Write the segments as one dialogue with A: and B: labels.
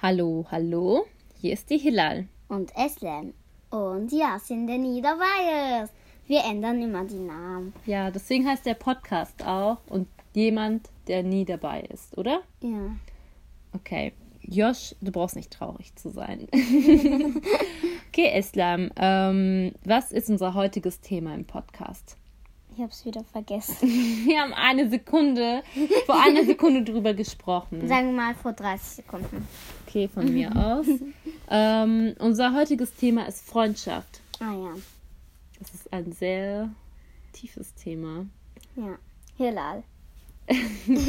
A: Hallo, hallo, hier ist die Hilal.
B: Und Eslem. Und Yasin der Niederbayers. Wir ändern immer die Namen.
A: Ja, deswegen heißt der Podcast auch und jemand, der nie dabei ist, oder?
B: Ja.
A: Okay. Josh, du brauchst nicht traurig zu sein. okay, Islam, ähm, was ist unser heutiges Thema im Podcast?
B: Ich hab's wieder vergessen.
A: Wir haben eine Sekunde, vor einer Sekunde drüber gesprochen.
B: Sagen wir mal vor 30 Sekunden.
A: Okay, von mir aus. Ähm, unser heutiges Thema ist Freundschaft.
B: Ah ja.
A: Das ist ein sehr tiefes Thema.
B: Ja. Hilal.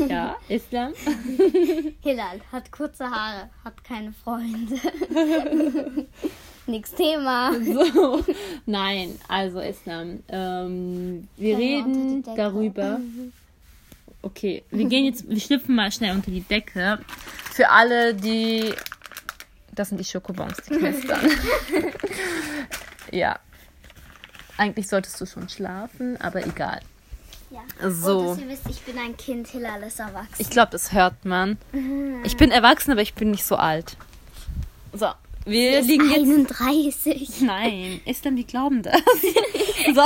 A: Ja, Islam?
B: Hilal hat kurze Haare, hat keine Freunde. Nix Thema.
A: So. Nein, also Islam. Ähm, wir
B: Können wir unter die
A: reden
B: Decke?
A: darüber. Okay, wir gehen jetzt, wir schlüpfen mal schnell unter die Decke. Für alle, die. Das sind die Schokobons, die knistern. ja. Eigentlich solltest du schon schlafen, aber egal.
B: Ja.
A: So.
B: Und dass ihr wisst, ich bin ein Kind, Hilal ist erwachsen.
A: Ich glaube, das hört man.
B: Mhm.
A: Ich bin erwachsen, aber ich bin nicht so alt. So, wir liegen jetzt.
B: 31.
A: Nein, Islam, die glauben das. so,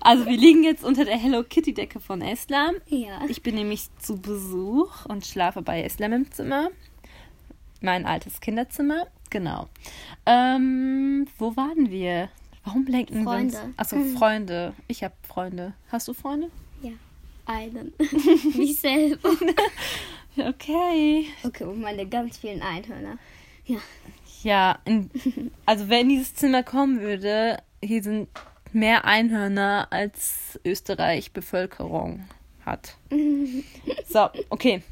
A: also wir liegen jetzt unter der Hello Kitty Decke von Islam.
B: Ja.
A: Ich bin nämlich zu Besuch und schlafe bei Islam im Zimmer. Mein altes Kinderzimmer. Genau. Ähm, wo waren wir? Warum lenken wir
B: Freunde.
A: uns? Achso, Freunde. Ich habe Freunde. Hast du Freunde?
B: Ja. Einen. Mich selber.
A: Okay.
B: Okay, und meine ganz vielen Einhörner. Ja.
A: Ja, in, also wenn dieses Zimmer kommen würde, hier sind mehr Einhörner als Österreich Bevölkerung hat. So, okay.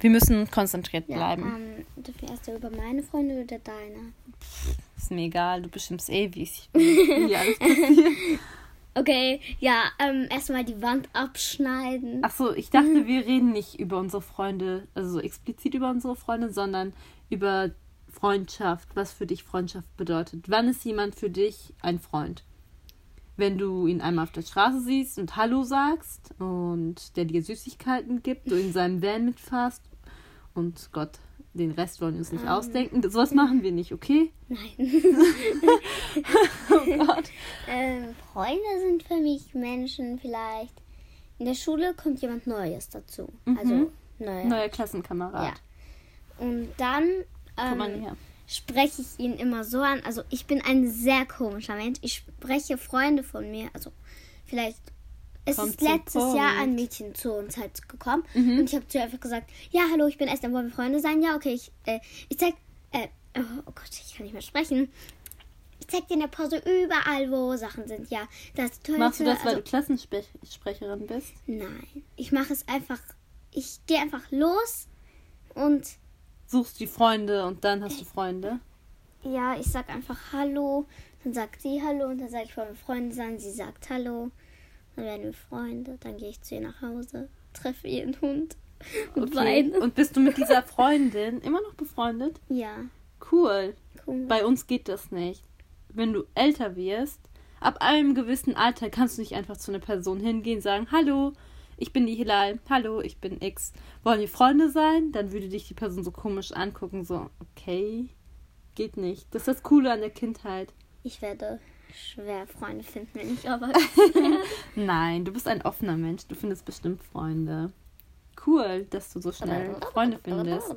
A: Wir müssen konzentriert bleiben.
B: Ähm, dürfen wir erst über meine Freunde oder deine?
A: Ist mir egal, du bestimmst eh, wie ich. wie alles passiert.
B: Okay, ja, ähm, erstmal die Wand abschneiden.
A: Achso, ich dachte, wir reden nicht über unsere Freunde, also so explizit über unsere Freunde, sondern über Freundschaft, was für dich Freundschaft bedeutet. Wann ist jemand für dich ein Freund? Wenn du ihn einmal auf der Straße siehst und Hallo sagst und der dir Süßigkeiten gibt, du in seinem Van mitfährst und Gott, den Rest wollen wir uns nicht ausdenken. Sowas machen wir nicht, okay?
B: Ähm, Freunde sind für mich Menschen vielleicht. In der Schule kommt jemand Neues dazu. Also neuer.
A: Neuer Klassenkamerad.
B: Ja. Und dann
A: Komm mal
B: ähm,
A: näher.
B: spreche ich ihn immer so an. Also ich bin ein sehr komischer Mensch. Ich spreche Freunde von mir. Also vielleicht. Es
A: Kommt Mhm.
B: ist
A: zum
B: letztes
A: Punkt.
B: Jahr ein Mädchen zu uns halt gekommen und ich habe zu ihr einfach gesagt, ja, hallo, ich bin Esther, wollen wir Freunde sein? Ja, okay, ich, äh, ich zeig, äh, oh Gott, ich kann nicht mehr sprechen. Ich zeig dir in der Pause überall, wo Sachen sind. Ja, das ist toll.
A: Machst du das, weil du Klassensprecherin bist?
B: Nein, ich mache es einfach. Ich gehe einfach los und
A: Suchst die Freunde und dann hast du Freunde?
B: ja, ich sag einfach Hallo. Dann sagt sie Hallo und dann sage ich, wollen wir Freunde sein? Sie sagt Hallo. Dann werden wir Freunde. Dann gehe ich zu ihr nach Hause, treffe ihren Hund und
A: Okay.
B: weine.
A: Und bist du mit dieser Freundin immer noch befreundet?
B: Ja,
A: Cool.
B: cool.
A: Bei uns geht das nicht. Wenn du älter wirst, ab einem gewissen Alter kannst du nicht einfach zu einer Person hingehen und sagen, hallo, ich bin die Hilal, hallo, ich bin X. Wollen wir Freunde sein? Dann würde dich die Person so komisch angucken, so, okay, geht nicht. Das ist das Coole an der Kindheit.
B: Ich werde schwer Freunde finden, wenn ich aber.
A: Nein, du bist ein offener Mensch, du findest bestimmt Freunde. Cool, dass du so schnell Freunde findest.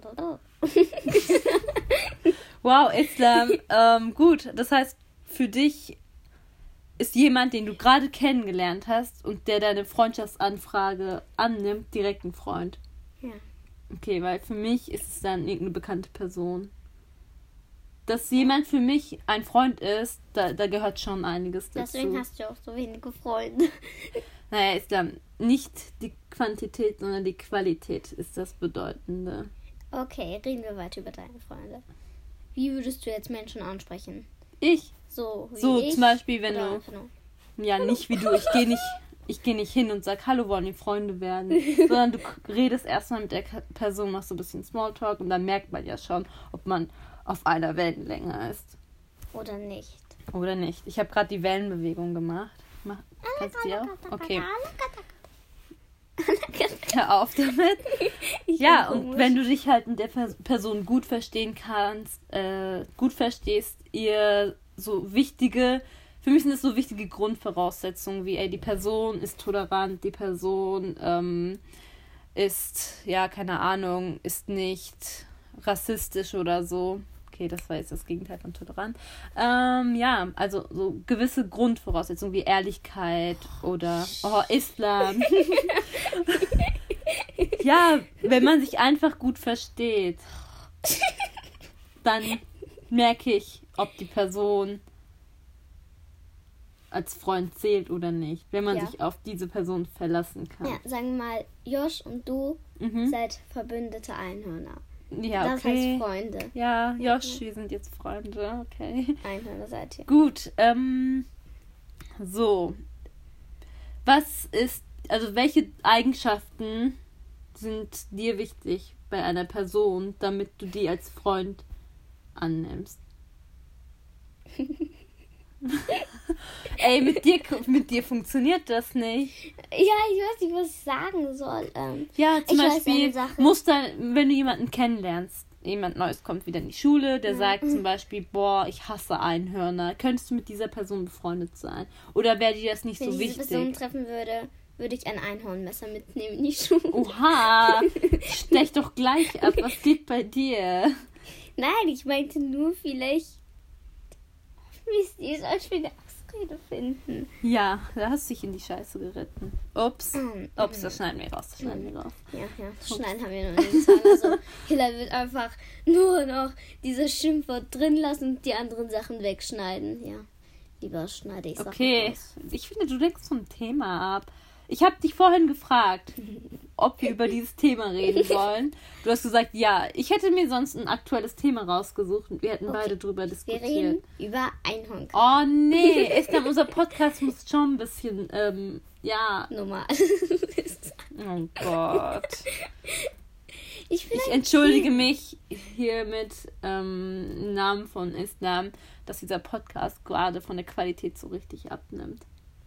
A: Wow, Islam. ähm, gut, das heißt, für dich ist jemand, den du gerade kennengelernt hast und der deine Freundschaftsanfrage annimmt, direkt ein Freund.
B: Ja.
A: Okay, weil für mich ist es dann irgendeine bekannte Person. Dass jemand für mich ein Freund ist, da, da gehört schon einiges dazu.
B: Deswegen hast du auch so wenige Freunde.
A: naja, Islam, nicht die Quantität, sondern die Qualität ist das Bedeutende.
B: Okay, reden wir weiter über deine Freunde. Wie würdest du jetzt Menschen ansprechen?
A: Ich,
B: So, wie
A: so
B: ich,
A: zum Beispiel, wenn
B: oder
A: du
B: einfach nur-
A: Ja, nicht wie du. Ich gehe nicht, ich geh nicht hin und sag, hallo, wollen wir Freunde werden. Sondern du k- redest erstmal mit der K- Person, machst so ein bisschen Smalltalk und dann merkt man ja schon, ob man auf einer Wellenlänge ist
B: Oder nicht.
A: oder nicht. Ich habe gerade die Wellenbewegung gemacht. Mach, kannst du die auch? Okay. Hör auf damit. ja, und wenn du dich halt mit der Pers- Person gut verstehen kannst, äh, gut verstehst, ihr so wichtige, für mich sind das so wichtige Grundvoraussetzungen, wie, ey, die Person ist tolerant, die Person ähm, ist, ja, keine Ahnung, ist nicht rassistisch oder so. Okay, das war jetzt das Gegenteil von tolerant. Ähm, ja, also so gewisse Grundvoraussetzungen wie Ehrlichkeit oder oh, Islam. ja, wenn man sich einfach gut versteht, dann merke ich, ob die Person als Freund zählt oder nicht, wenn man
B: Ja.
A: sich auf diese Person verlassen kann.
B: Ja, sagen wir mal, Josh und du
A: Mhm.
B: seid verbündete Einhörner.
A: Ja,
B: Das heißt Mhm.
A: okay.
B: Freunde.
A: ja, Josh, wir sind jetzt Freunde, okay.
B: Einhörner seid ihr.
A: Gut, ähm, so. Was ist, also welche Eigenschaften sind dir wichtig bei einer Person, damit du die als Freund annimmst? Ey, mit dir, mit dir funktioniert das nicht.
B: Ja, ich weiß nicht, was ich sagen soll. Ähm,
A: Ja, zum
B: Ich weiß eine
A: Beispiel,
B: Sache.
A: musst du, wenn du jemanden kennenlernst, jemand Neues kommt wieder in die Schule,
B: Mhm,
A: der sagt zum Beispiel, boah, ich hasse Einhörner, könntest du mit dieser Person befreundet sein? Oder wäre dir das nicht
B: wenn
A: so
B: ich diese Person
A: wichtig?
B: treffen würde, würde ich ein Einhornmesser mitnehmen in die Schule.
A: Oha, stech doch gleich ab, was geht bei dir?
B: Nein, ich meinte nur vielleicht. Mist, ihr sollt wieder Ausrede finden.
A: Ja, da hast du dich in die Scheiße geritten. Ups,
B: Ähm,
A: ups, das schneiden wir raus, das schneiden wir raus.
B: Ja, ja, schneiden haben wir noch nicht. Sagen wir so, Hilla wird einfach nur noch dieses Schimpfwort drin lassen und die anderen Sachen wegschneiden. Ja, lieber schneide ich Sachen
A: Okay,
B: raus.
A: ich finde, du lenkst vom Thema ab. Ich habe dich vorhin gefragt, ob wir über dieses Thema reden sollen. Du hast gesagt, ja, ich hätte mir sonst ein aktuelles Thema rausgesucht und wir hätten
B: Okay.
A: beide drüber
B: Wir
A: diskutiert.
B: reden über Einhorn.
A: Oh nee, ist dann unser Podcast muss schon ein bisschen, ähm, ja,
B: Nummer.
A: oh Gott.
B: ich
A: Ich
B: vielleicht
A: entschuldige mich hiermit ähm, im Namen von Islam, dass dieser Podcast gerade von der Qualität so richtig abnimmt.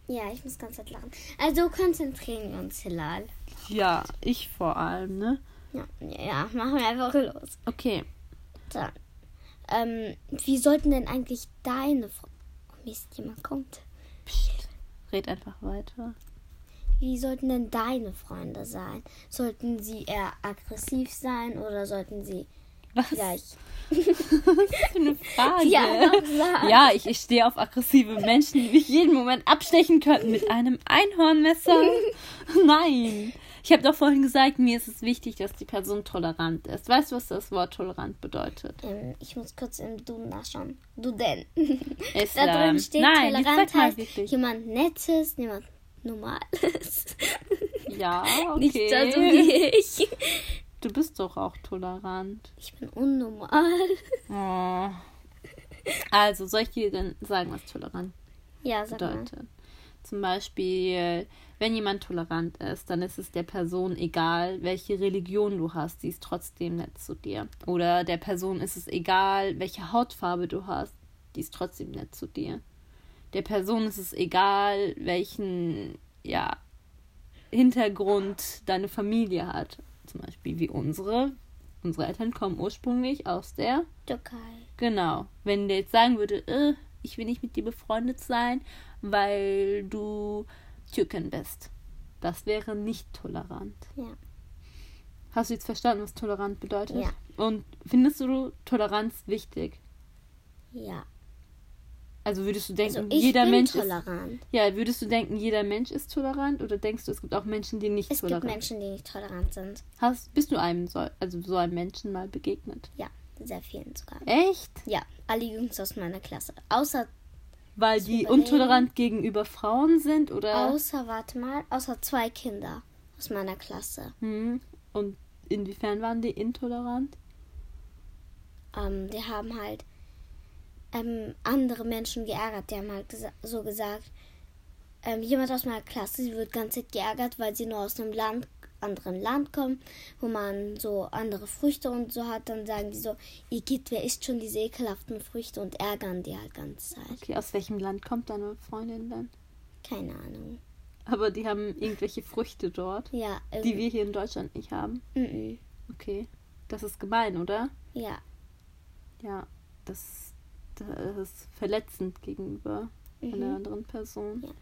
B: Ja, ich muss ganz hart lachen. Also konzentrieren wir uns, Hilal.
A: Ja, ich vor allem, ne?
B: Ja, ja, machen wir einfach los.
A: Okay.
B: Dann. Ähm, wie sollten denn eigentlich deine Fre- Oh Mist, jemand kommt.
A: Psst. Red einfach weiter.
B: Wie sollten denn deine Freunde sein? Sollten sie eher aggressiv sein oder sollten sie
A: Was
B: vielleicht
A: für eine Frage?
B: ja,
A: Ja,
B: auch sagen?
A: ich, ich stehe auf aggressive Menschen, die mich jeden Moment abstechen könnten mit einem Einhornmesser. Nein. Ich habe doch vorhin gesagt, mir ist es wichtig, dass die Person tolerant ist. Weißt du, was das Wort tolerant bedeutet?
B: Ähm, ich muss kurz im Du nachschauen. Du denn. Da
A: Islam.
B: drin steht
A: ähm, Nein, jetzt
B: tolerant
A: sag mal
B: heißt
A: wirklich.
B: jemand Nettes, jemand Normales.
A: Ja, okay.
B: Nicht so wie ich.
A: Du bist doch auch tolerant.
B: Ich bin unnormal.
A: Oh.
B: Ah.
A: Also, soll ich dir denn sagen, was tolerant
B: Ja, sag mal.
A: bedeutet. Zum Beispiel, wenn jemand tolerant ist, dann ist es der Person egal, welche Religion du hast, sie ist trotzdem nett zu dir. Oder der Person ist es egal, welche Hautfarbe du hast, die ist trotzdem nett zu dir. Der Person ist es egal, welchen ja, Hintergrund deine Familie hat. Zum Beispiel wie unsere. Unsere Eltern kommen ursprünglich aus der
B: Türkei.
A: Genau. Wenn der jetzt sagen würde, äh, ich will nicht mit dir befreundet sein, weil du Türken bist. Das wäre nicht tolerant.
B: Ja.
A: Hast du jetzt verstanden, was tolerant bedeutet?
B: Ja.
A: Und findest du Toleranz wichtig?
B: Ja.
A: Also würdest du denken,
B: Also ich
A: jeder
B: bin
A: Mensch
B: tolerant.
A: ist ja, würdest du denken, jeder Mensch ist tolerant oder denkst du, es gibt auch Menschen, die nicht
B: Es gibt
A: tolerant sind?
B: Menschen, die nicht tolerant sind.
A: Hast bist du einem so, also so einem Menschen mal begegnet?
B: Ja, sehr vielen sogar.
A: Echt?
B: Ja, alle Jungs aus meiner Klasse. Außer,
A: Weil
B: Muss
A: die
B: überlegen.
A: untolerant gegenüber Frauen sind oder
B: außer, warte mal, außer zwei Kinder aus meiner Klasse.
A: Mhm. Und inwiefern waren die intolerant?
B: Ähm, die haben halt ähm, andere Menschen geärgert. Die haben halt gesa so gesagt, ähm, jemand aus meiner Klasse, sie wird ganz Zeit geärgert, weil sie nur aus einem Land, anderen Land kommt, wo man so andere Früchte und so hat. Dann sagen die so, ihr geht, wer isst schon diese ekelhaften Früchte und ärgern die halt ganz Zeit.
A: Okay, aus welchem Land kommt deine Freundin dann?
B: Keine Ahnung.
A: aber die haben irgendwelche Früchte dort,
B: Ja, ähm,
A: die
B: irgendwie.
A: wir hier in Deutschland nicht haben.
B: Mhm.
A: Okay. Das ist gemein, oder?
B: Ja,
A: Ja. Das, das ist verletzend gegenüber
B: mhm.
A: einer anderen Person.
B: Ja,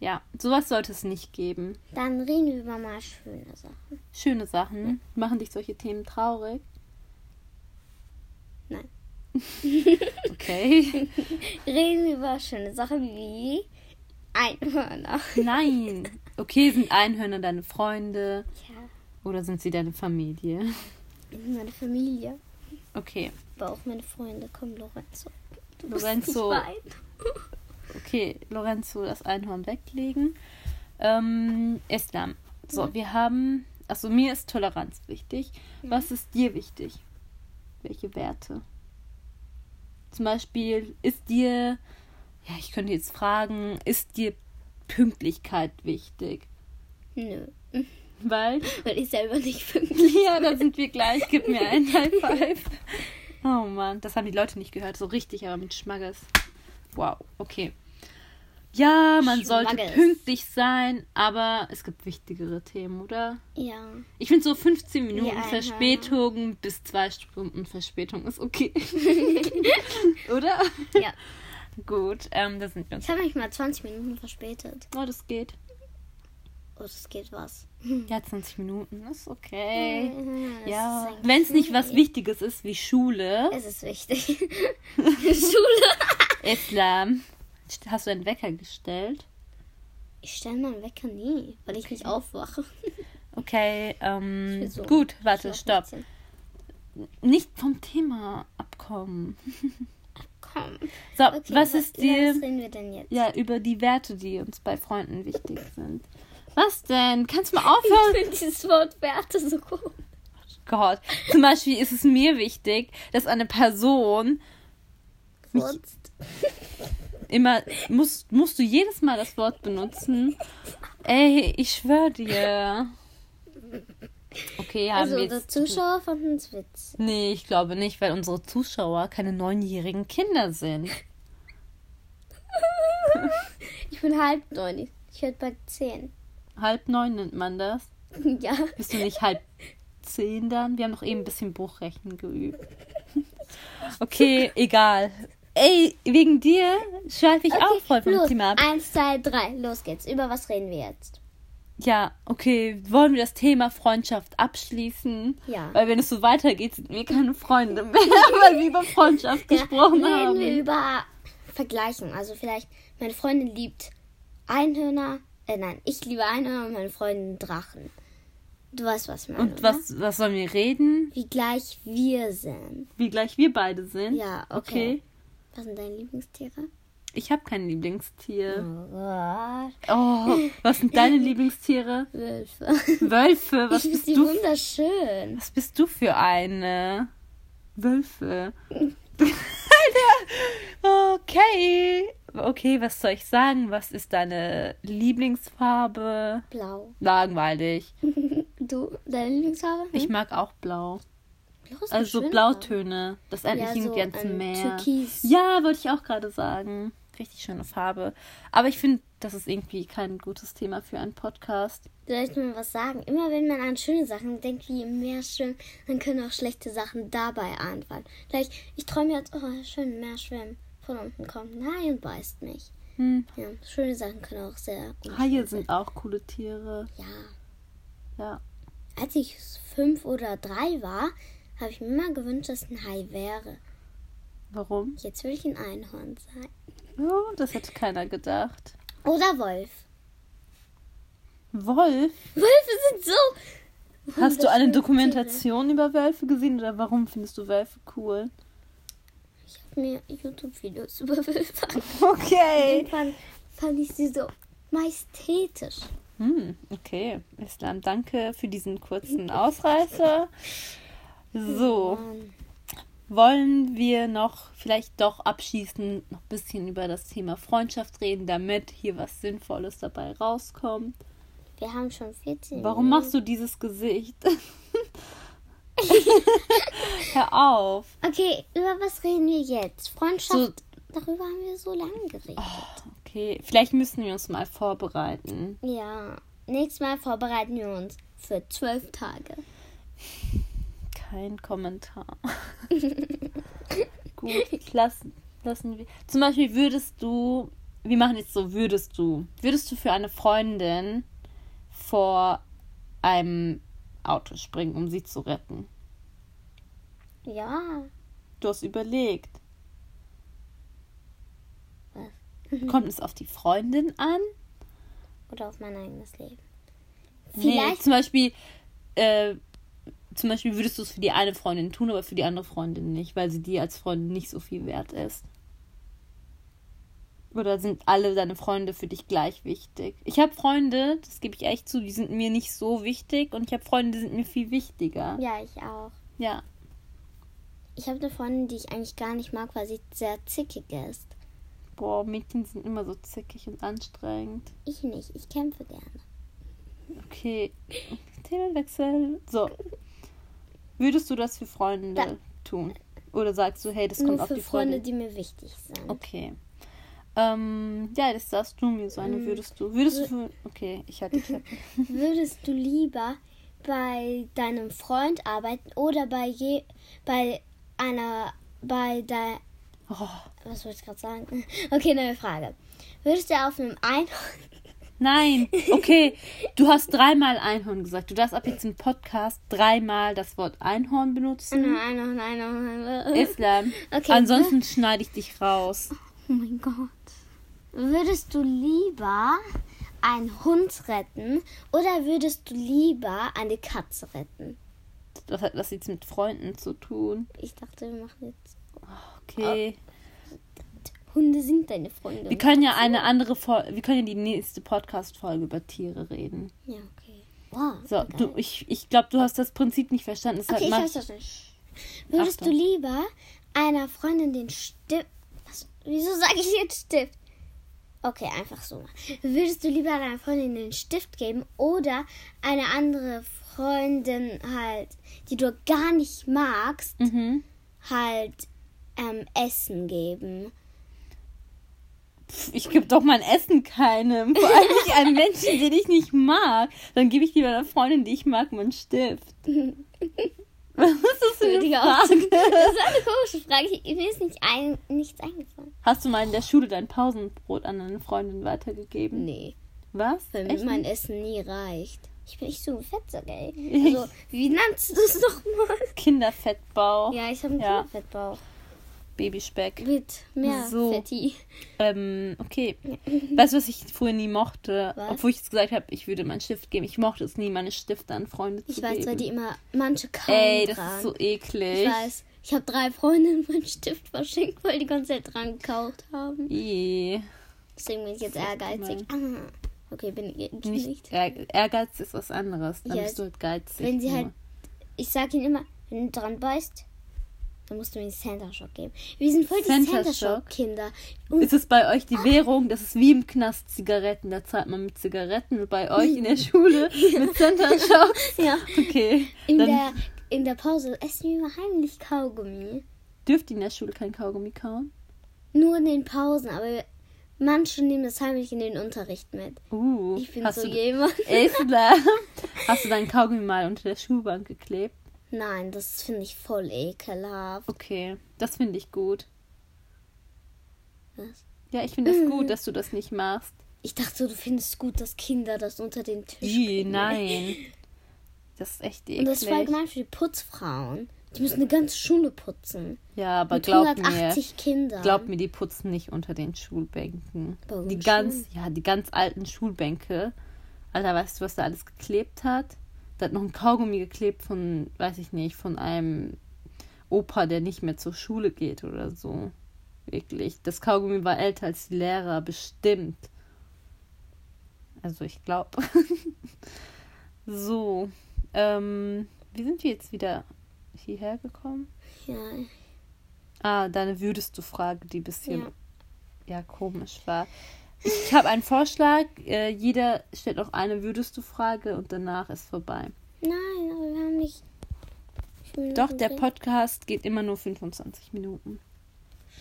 A: Ja, sowas sollte es nicht geben.
B: dann reden wir über mal schöne Sachen.
A: Schöne Sachen. Machen dich solche Themen traurig?
B: Nein.
A: Okay.
B: Reden wir über schöne Sachen wie Einhörner.
A: Nein. Okay, sind Einhörner deine Freunde
B: Ja,
A: oder sind sie deine Familie?
B: meine Familie,
A: Okay.
B: aber auch meine Freunde. Komm, Lorenzo. Du
A: Lorenzo.
B: Musst nicht weinen.
A: Okay, Lorenzo das Einhorn weglegen. Ähm, Islam. So, wir haben. Achso, mir ist Toleranz wichtig. Was ist dir wichtig? Welche Werte? Zum Beispiel ist dir. Ja, ich könnte jetzt fragen, ist dir Pünktlichkeit wichtig?
B: Nö,
A: Weil.
B: weil ich selber nicht bin.
A: Ja, da sind wir gleich. Gib mir ein High Five. Oh Mann, das haben die Leute nicht gehört. So richtig, aber mit Schmaggers. Wow, okay. Ja, man sollte
B: Schmaggers.
A: pünktlich sein, aber es gibt wichtigere Themen, oder?
B: Ja.
A: Ich finde so 15 Minuten
B: Ja,
A: Verspätung bis zwei Stunden Verspätung ist okay. oder?
B: Ja.
A: Gut, ähm, da sind wir uns.
B: Ich habe mich mal 20 Minuten verspätet.
A: Oh, das geht.
B: Oh, das geht was.
A: Ja, 20 Minuten ist okay.
B: Ja, Mhm. das ist
A: Ja,
B: eigentlich-
A: wenn es nicht was Wichtiges ist wie Schule.
B: Es ist wichtig. Schule.
A: Islam. Hast du einen Wecker gestellt?
B: Ich stelle meinen Wecker nie, weil ich nicht aufwache.
A: Okay, ähm,
B: Ich will so
A: gut, warte,
B: Schlafmützchen.
A: stopp. Nicht vom Thema abkommen.
B: Komm.
A: So,
B: Okay,
A: was
B: über-
A: ist
B: über
A: dir
B: Was reden wir denn jetzt?
A: ja über die Werte, die uns bei Freunden wichtig sind? Was denn? Kannst du mal aufhören? Oh
B: finde dieses Wort Werte so cool.
A: Gott, zum Beispiel ist es mir wichtig, dass eine Person
B: Furzt.
A: immer musst musst du jedes Mal das Wort benutzen. Ey, ich schwör dir. Okay, haben
B: Also
A: wir
B: unsere
A: jetzt
B: Zuschauer fanden es witzig.
A: Nee, ich glaube nicht, weil unsere Zuschauer keine neunjährigen Kinder sind.
B: Ich bin halb neun. Ich werde bald zehn.
A: Halb neun nennt man das.
B: ja.
A: Bist du nicht halb zehn dann? Wir haben doch eben ein bisschen Bruchrechnen geübt. Okay, egal. Ey, wegen dir schweife ich auch voll vom
B: los.
A: Thema ab.
B: Eins, zwei, drei. Los geht's. Über was reden wir jetzt?
A: Ja, okay, wollen wir das Thema Freundschaft abschließen?
B: Ja.
A: Weil wenn es so weitergeht, sind wir keine Freunde mehr, weil wir über Freundschaft gesprochen
B: reden
A: haben.
B: wir über Vergleichen. Also vielleicht, meine Freundin liebt Einhörner. Äh, nein, ich liebe Einhörner und meine Freundin Drachen. Du weißt, was ich meine.
A: Und
B: oder?
A: was, was sollen wir reden?
B: Wie gleich wir sind.
A: Wie gleich wir beide sind?
B: Ja, okay.
A: Okay.
B: Was sind deine Lieblingstiere?
A: Ich habe kein Lieblingstier.
B: Oh Gott.
A: Oh, was sind deine Lieblingstiere?
B: Wölfe.
A: Wölfe. Was
B: ich finde
A: bist,
B: sie
A: du,
B: wunderschön.
A: was bist du für eine? Wölfe. Alter. Okay. Okay, was soll ich sagen? Was ist deine Lieblingsfarbe?
B: Blau.
A: Langweilig.
B: Du, deine Lieblingsfarbe?
A: Ich mag auch blau.
B: Blau Mhm. ist eine
A: Also
B: schöne
A: Blautöne. Das
B: Farbe.
A: endlich
B: ja, so,
A: im ganzen
B: ähm,
A: Meer.
B: Türkis.
A: Ja, wollte ich auch gerade sagen. Richtig schöne Farbe. Aber ich finde, das ist irgendwie kein gutes Thema für einen Podcast.
B: Soll ich mal was sagen? Immer wenn man an schöne Sachen denkt, wie im Meer schwimmen, dann können auch schlechte Sachen dabei einfallen. Vielleicht, ich träume jetzt, oh, schön im Meer schwimmen. Von unten kommt ein Hai und beißt mich.
A: Hm.
B: Ja, schöne Sachen können auch sehr. unschön
A: Haie
B: sein.
A: sind auch coole Tiere.
B: Ja.
A: Ja.
B: Als ich fünf oder drei war, habe ich mir immer gewünscht, dass ein Hai wäre.
A: Warum?
B: Jetzt will ich ein Einhorn sein.
A: Oh, das hätte keiner gedacht.
B: Oder Wolf.
A: Wolf?
B: Wölfe sind so.
A: Hast du eine
B: Wunderschöne
A: Dokumentation über Wölfe gesehen oder warum findest du Wölfe cool?
B: Tiere. Ich habe mir YouTube-Videos über Wölfe angeguckt.
A: Okay.
B: Irgendwann fand ich sie so majestätisch.
A: Hm, okay. Islam, danke für diesen kurzen Ausreißer. So,
B: Ähm,
A: wollen wir noch vielleicht doch abschließend noch ein bisschen über das Thema Freundschaft reden, damit hier was Sinnvolles dabei rauskommt?
B: wir haben schon 14.
A: Warum machst du dieses Gesicht? Hör auf.
B: Okay, über was reden wir jetzt? Freundschaft.
A: So-
B: Darüber haben wir so lange geredet.
A: Oh, Okay, vielleicht müssen wir uns mal vorbereiten.
B: Ja. Nächstes Mal vorbereiten wir uns für zwölf Tage.
A: Kein Kommentar. Gut, lassen, lassen wir. Zum Beispiel würdest du, wir machen jetzt so, würdest du, würdest du für eine Freundin vor einem Auto springen, um sie zu retten?
B: Ja.
A: Du hast überlegt.
B: Was?
A: Kommt es auf die Freundin an?
B: Oder auf mein eigenes Leben.
A: Nee,
B: Vielleicht.
A: zum Beispiel, äh, zum Beispiel würdest du es für die eine Freundin tun, aber für die andere Freundin nicht, weil sie dir als Freundin nicht so viel wert ist. Oder sind alle deine Freunde für dich gleich wichtig? Ich habe Freunde, das gebe ich echt zu, die sind mir nicht so wichtig und ich habe Freunde, die sind mir viel wichtiger.
B: Ja, ich auch.
A: Ja.
B: Ich habe eine Freundin, die ich eigentlich gar nicht mag, weil sie sehr zickig ist.
A: Boah, Mädchen sind immer so zickig und anstrengend.
B: Ich nicht. Ich kämpfe gerne.
A: Okay. Themenwechsel. So. Würdest du das für Freunde
B: Da-
A: tun? Oder sagst du, hey, das kommt
B: Nur
A: auf
B: für
A: die Freunde?
B: Freunde, die mir wichtig sind.
A: Okay. Ähm, ja, das darfst du mir so
B: Mhm.
A: eine würdest du. Würdest du
B: Äh.
A: für, Okay, ich hatte ich hab-
B: Würdest du lieber bei deinem Freund arbeiten oder bei je bei einer bei der
A: oh,
B: was wollte ich gerade sagen? Okay, neue Frage. Würdest du auf einem Einhorn
A: Nein, okay. Du hast dreimal Einhorn gesagt. Du darfst ab jetzt im Podcast dreimal das Wort Einhorn benutzen.
B: Einhorn, Einhorn, Einhorn.
A: Islam.
B: Mhm. Okay.
A: Ansonsten schneide ich dich raus.
B: Oh mein Gott. Würdest du lieber einen Hund retten oder würdest du lieber eine Katze retten?
A: Das hat was jetzt mit Freunden zu tun.
B: Ich dachte, wir machen jetzt.
A: Okay.
B: Hunde sind deine Freunde.
A: Wir können ja eine andere Folge, wir können ja die nächste Podcast-Folge über Tiere reden.
B: Ja, okay. Wow.
A: So,
B: egal.
A: du, ich, ich glaube, du hast das Prinzip nicht verstanden. Deshalb
B: Okay, ich
A: mach-
B: hab's verstanden. Würdest
A: Achtung.
B: du lieber einer Freundin den Stift. Was? Wieso sage ich jetzt Stift? Okay, einfach so. mal. Würdest du lieber deiner Freundin den Stift geben oder eine andere Freundin halt, die du gar nicht magst,
A: mhm.
B: halt ähm, Essen geben?
A: Pff, ich gebe doch mein Essen keinem. Vor allem nicht einem Menschen, den ich nicht mag. Dann gebe ich lieber einer Freundin, die ich mag, meinen Stift. Was ist das für eine
B: Entschuldige,
A: Frage?
B: Das ist eine komische Frage. Ich, mir ist nicht ein, nichts eingefallen.
A: Hast du mal in der Schule dein Pausenbrot an eine Freundin weitergegeben?
B: Nee.
A: Was?
B: Wenn
A: Echt?
B: mein Essen nie reicht. Ich bin echt so ein Fetzer, gell? Also, wie nennst du das nochmal?
A: Kinderfettbauch,
B: Ja, ich habe einen
A: Ja.
B: Kinderfettbauch.
A: Babyspeck.
B: Mit mehr
A: So.
B: Fetti.
A: Ähm, okay. Weißt du, was ich früher nie mochte?
B: Was?
A: Obwohl ich es gesagt habe, ich würde meinen Stift geben. Ich mochte es nie, meine Stifte an Freunde zu
B: Ich weiß,
A: geben.
B: weil die immer manche kaum
A: Ey, das
B: tragen.
A: ist so eklig.
B: ich weiß. Ich habe drei Freundinnen meinen Stift verschenkt, weil die ganze Zeit dran gekauft haben.
A: Ih.
B: Deswegen bin ich jetzt ehrgeizig. Ah, okay, bin ich nicht.
A: nicht, Ehr- Ehrgeiz ist was anderes. Dann
B: Ja,
A: bist du halt geizig.
B: wenn sie
A: nur.
B: halt- Ich sage ihnen immer, wenn du dran beißt, dann musst du mir den Center Shock geben. Wir sind voll die
A: Center
B: Center
A: Shock?
B: Shock Kinder.
A: Ist es bei euch die Währung? Das ist wie im Knast Zigaretten. Da zahlt man mit Zigaretten. Und bei euch in der Schule mit Center Shock.
B: ja.
A: Okay.
B: In
A: Dann
B: der, in der Pause essen wir immer heimlich Kaugummi.
A: dürft ihr in der Schule kein Kaugummi kauen.
B: Nur in den Pausen, aber manche nehmen das heimlich in den Unterricht mit.
A: Uh,
B: Ich bin
A: hast
B: so
A: du,
B: jemand.
A: Islam. Hast du dein Kaugummi mal unter der Schulbank geklebt?
B: Nein, das finde ich voll ekelhaft.
A: Okay, das finde ich gut.
B: Was?
A: Ja, ich finde es gut, dass du das nicht machst.
B: Ich dachte, du findest gut, dass Kinder das unter den Tisch
A: Ih,
B: kriegen.
A: nein. Das ist echt eklig.
B: Und das ist voll gemein für die Putzfrauen. Die müssen eine ganze Schule putzen.
A: ja, aber
B: Mit
A: glaub mir.
B: 180 Kindern.
A: Glaub mir, die putzen nicht unter den Schulbänken.
B: Warum
A: die
B: schon?
A: ganz, ja, die ganz alten Schulbänke. Alter, weißt du, was da alles geklebt hat? Da hat noch ein Kaugummi geklebt von, weiß ich nicht, von einem Opa, der nicht mehr zur Schule geht oder so. Wirklich. Das Kaugummi war älter als die Lehrer, bestimmt. Also ich glaube. so. Ähm, wie sind wir jetzt wieder hierher gekommen?
B: Ja.
A: Ah, deine würdest du Frage, die ein bisschen
B: Ja.
A: ja. komisch war. Ich habe einen Vorschlag. Äh, jeder stellt auch eine würdest du Frage und danach ist vorbei.
B: Nein, aber wir haben nicht. Minuten
A: Doch, der
B: drin.
A: Podcast geht immer nur 25 Minuten.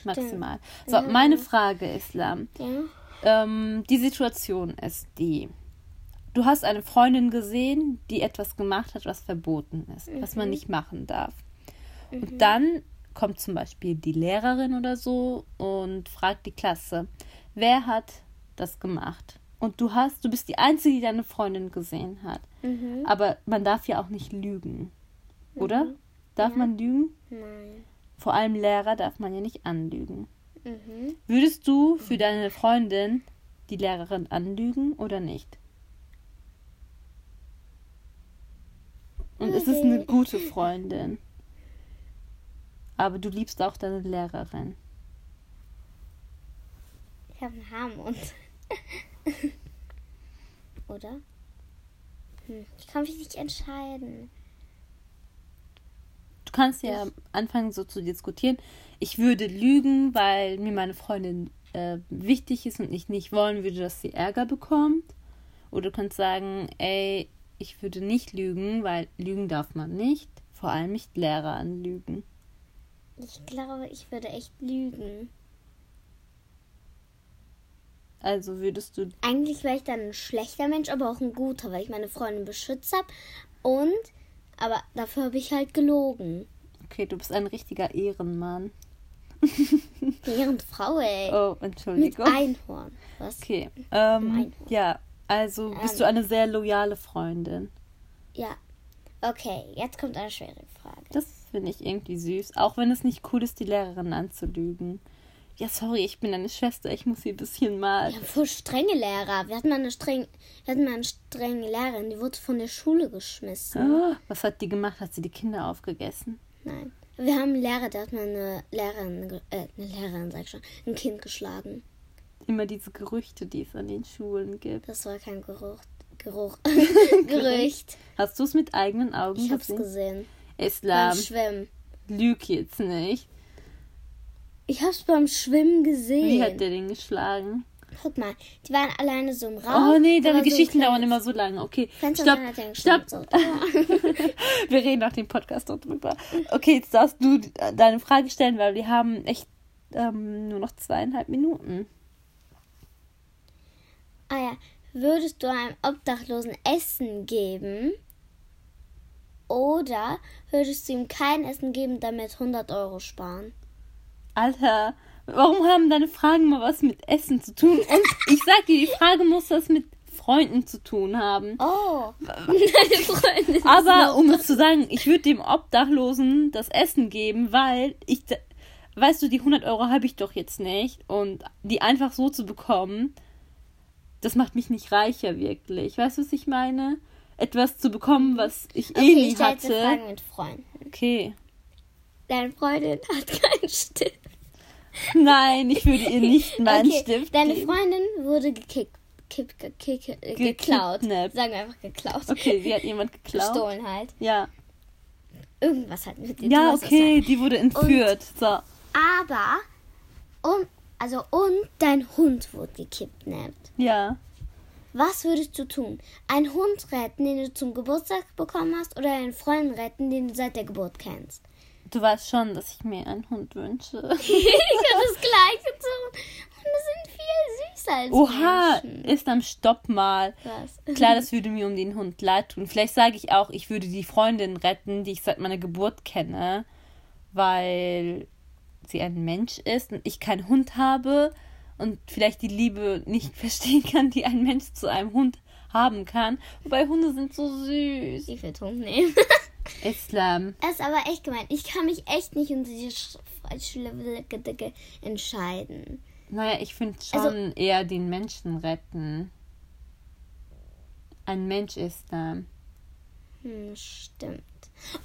A: Maximal. So,
B: Ja.
A: meine Frage, Islam.
B: Ja.
A: Ähm, die Situation ist die. Du hast eine Freundin gesehen, die etwas gemacht hat, was verboten ist, was man nicht machen darf. Und dann kommt zum Beispiel die Lehrerin oder so und fragt die Klasse, wer hat das gemacht? Und du hast, du bist die Einzige, die deine Freundin gesehen hat.
B: Mhm.
A: Aber man darf ja auch nicht lügen, oder? Darf man lügen?
B: Nein.
A: Vor allem Lehrer darf man ja nicht anlügen.
B: Mhm.
A: Würdest du für deine Freundin die Lehrerin anlügen oder nicht? Und es ist eine gute Freundin. Aber du liebst auch deine Lehrerin.
B: Ich habe einen Haarmund. Oder? Hm. Ich kann mich nicht entscheiden.
A: Du kannst ja anfangen, so zu diskutieren. Ich würde lügen, weil mir meine Freundin äh, wichtig ist und ich nicht wollen würde, dass sie Ärger bekommt. Oder du kannst sagen, ey, ich würde nicht lügen, weil lügen darf man nicht. Vor allem nicht Lehrer anlügen.
B: Ich glaube, ich würde echt lügen.
A: Also würdest du.
B: Eigentlich wäre ich dann ein schlechter Mensch, aber auch ein guter, weil ich meine Freundin beschützt habe. Und, aber dafür habe ich halt gelogen.
A: Okay, du bist ein richtiger Ehrenmann.
B: Während Frau, ey.
A: Oh,
B: Mit
A: Entschuldigung.
B: Einhorn. Was?
A: Okay. Ähm,
B: Nein. Ähm.
A: ja, also bist du eine sehr loyale Freundin.
B: Ja. Okay, jetzt kommt eine schwere Frage.
A: Das finde ich irgendwie süß. Auch wenn es nicht cool ist, die Lehrerin anzulügen. Ja, sorry, ich bin deine Schwester. Ich muss hier ein bisschen mal. ne?
B: Wir haben voll strenge Lehrer. Wir hatten mal eine strenge, wir hatten mal eine strenge Lehrerin, die wurde von der Schule geschmissen.
A: Ah, Was hat die gemacht? Hat sie die Kinder aufgegessen?
B: Nein. Wir haben einen Lehrer, der hat mal eine Lehrerin, ge- äh, eine Lehrerin, sag ich schon, ein Kind geschlagen.
A: Immer diese Gerüchte, die es an den Schulen gibt.
B: Das war kein Geruch. Geruch. Gerücht.
A: Hast du es mit eigenen Augen
B: Ich hab's
A: gesehen?
B: gesehen. Beim
A: Islam,
B: Schwimmen.
A: lüg jetzt nicht.
B: Ich hab's beim Schwimmen
A: Wie hat
B: gesehen.
A: der den geschlagen?
B: Guck mal, die waren alleine so im Raum.
A: Oh nee, deine
B: aber so
A: Geschichten
B: ein
A: dauern
B: kleines
A: immer so lange. Okay,
B: Fenster
A: stopp,
B: und dann hat er einen
A: stopp.
B: Knopf so.
A: Wir reden nach dem Podcast noch drüber. Okay, jetzt darfst du äh, deine Frage stellen, weil wir haben echt ähm, nur noch zweieinhalb Minuten.
B: Ah ja, würdest du einem Obdachlosen Essen geben? Oder würdest du ihm kein Essen geben, damit 100 Euro sparen?
A: Alter, warum haben deine Fragen mal was mit Essen zu tun? Und ich sag dir, die Frage muss was mit Freunden zu tun haben.
B: Oh, meine Freundin.
A: Aber um es zu sagen, ich würde dem Obdachlosen das Essen geben, weil ich, da- weißt du, die 100 Euro habe ich doch jetzt nicht. Und die einfach so zu bekommen, das macht mich nicht reicher wirklich. Weißt du, was ich meine? Etwas zu bekommen, was ich eh
B: Okay,
A: nie
B: ich stelle jetzt eine
A: hatte.
B: Frage mit Freunden.
A: Okay.
B: Deine Freundin hat keinen Stift.
A: Nein, ich würde ihr nicht meinen
B: okay,
A: Stift
B: Deine
A: geben.
B: Freundin wurde gekickt. Kick, kick, kick, äh, geklaut.
A: Gekidnappt.
B: Sagen wir einfach geklaut.
A: Okay, sie hat jemand geklaut.
B: Gestohlen halt.
A: Ja.
B: Irgendwas hat mit dir
A: Ja,
B: zu tun, was
A: okay, die wurde entführt. So.
B: Aber und also und dein Hund wurde gekidnappt.
A: Ja.
B: Was würdest du tun? Einen Hund retten, den du zum Geburtstag bekommen hast, oder einen Freund retten, den du seit der Geburt kennst?
A: Du weißt schon, dass ich mir einen Hund wünsche.
B: ich habe das gleiche tun. Hunde sind viel süßer als
A: Oha,
B: Menschen.
A: ist am Stopp mal.
B: Was?
A: Klar, das würde mir um den Hund leid tun. Vielleicht sage ich auch, ich würde die Freundin retten, die ich seit meiner Geburt kenne, weil sie ein Mensch ist und ich keinen Hund habe und vielleicht die Liebe nicht verstehen kann, die ein Mensch zu einem Hund haben kann. Wobei Hunde sind so süß.
B: Ich würde Hund nehmen.
A: Islam.
B: Das ist aber echt gemein. Ich kann mich echt nicht unter diese Schleweldecke entscheiden.
A: Naja, ich finde schon
B: Also-
A: eher den Menschen retten. Ein Mensch ist da.
B: Hm, stimmt.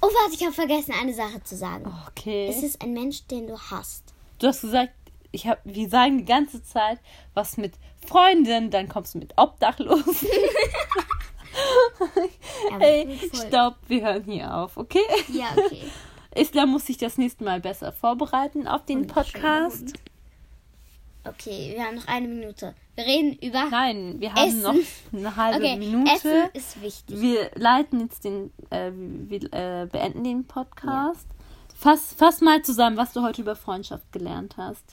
B: Oh, warte, ich habe vergessen, eine Sache zu sagen.
A: Okay.
B: Es ist ein Mensch, den du hast.
A: Du hast gesagt, ich hab, wir sagen die ganze Zeit was mit Freundin, dann kommst du mit Obdachlosen.
B: Ja,
A: Ey,
B: voll.
A: stopp, wir hören hier auf, okay?
B: Ja, okay.
A: Isla muss sich das nächste Mal besser vorbereiten auf den Podcast.
B: Okay, wir haben noch eine Minute. Wir reden über
A: Nein, wir haben
B: Essen.
A: noch eine halbe
B: okay,
A: Minute.
B: Essen ist wichtig.
A: Wir leiten jetzt den, äh, wir äh, beenden den Podcast. Fass, fass mal zusammen, was du heute über Freundschaft gelernt hast.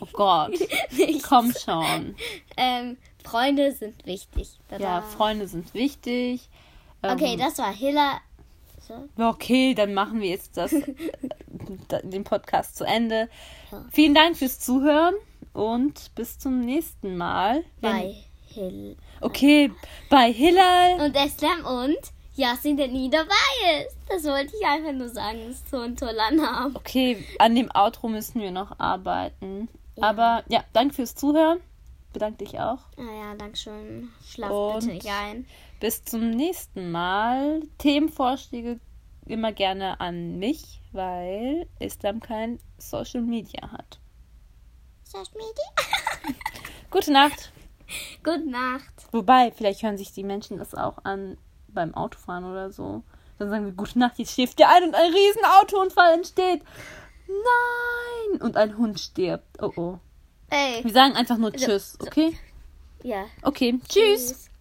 A: Oh Gott.
B: Nichts.
A: Komm schon.
B: Ähm, Freunde sind wichtig.
A: Ja,
B: Tada.
A: Freunde sind wichtig. Ähm,
B: Okay, das war Hilla. So.
A: Okay, dann machen wir jetzt das, äh, den Podcast zu Ende.
B: Ja.
A: Vielen Dank fürs Zuhören und bis zum nächsten Mal. Wenn-
B: Bei Hill.
A: Okay, bei Hillal.
B: Und Eslam und Yasin, der nie dabei ist. Das wollte ich einfach nur sagen. Das ist so ein toller Name.
A: Okay, an dem Outro müssen wir noch arbeiten. Aber ja, danke fürs Zuhören. Bedanke dich auch.
B: Naja, danke schön. Schlaf
A: Und-
B: bitte nicht ein.
A: Bis zum nächsten Mal. Themenvorschläge immer gerne an mich, weil Islam kein Social Media hat.
B: Social Media.
A: Gute Nacht.
B: Gute Nacht.
A: Wobei, vielleicht hören sich die Menschen das auch an beim Autofahren oder so. Dann sagen wir, gute Nacht, jetzt schläft ihr ein und ein riesen Autounfall entsteht. Nein! Und ein Hund stirbt. Oh oh.
B: Ey.
A: Also, Wir sagen einfach nur Tschüss, okay?
B: Ja.
A: Okay, tschüss.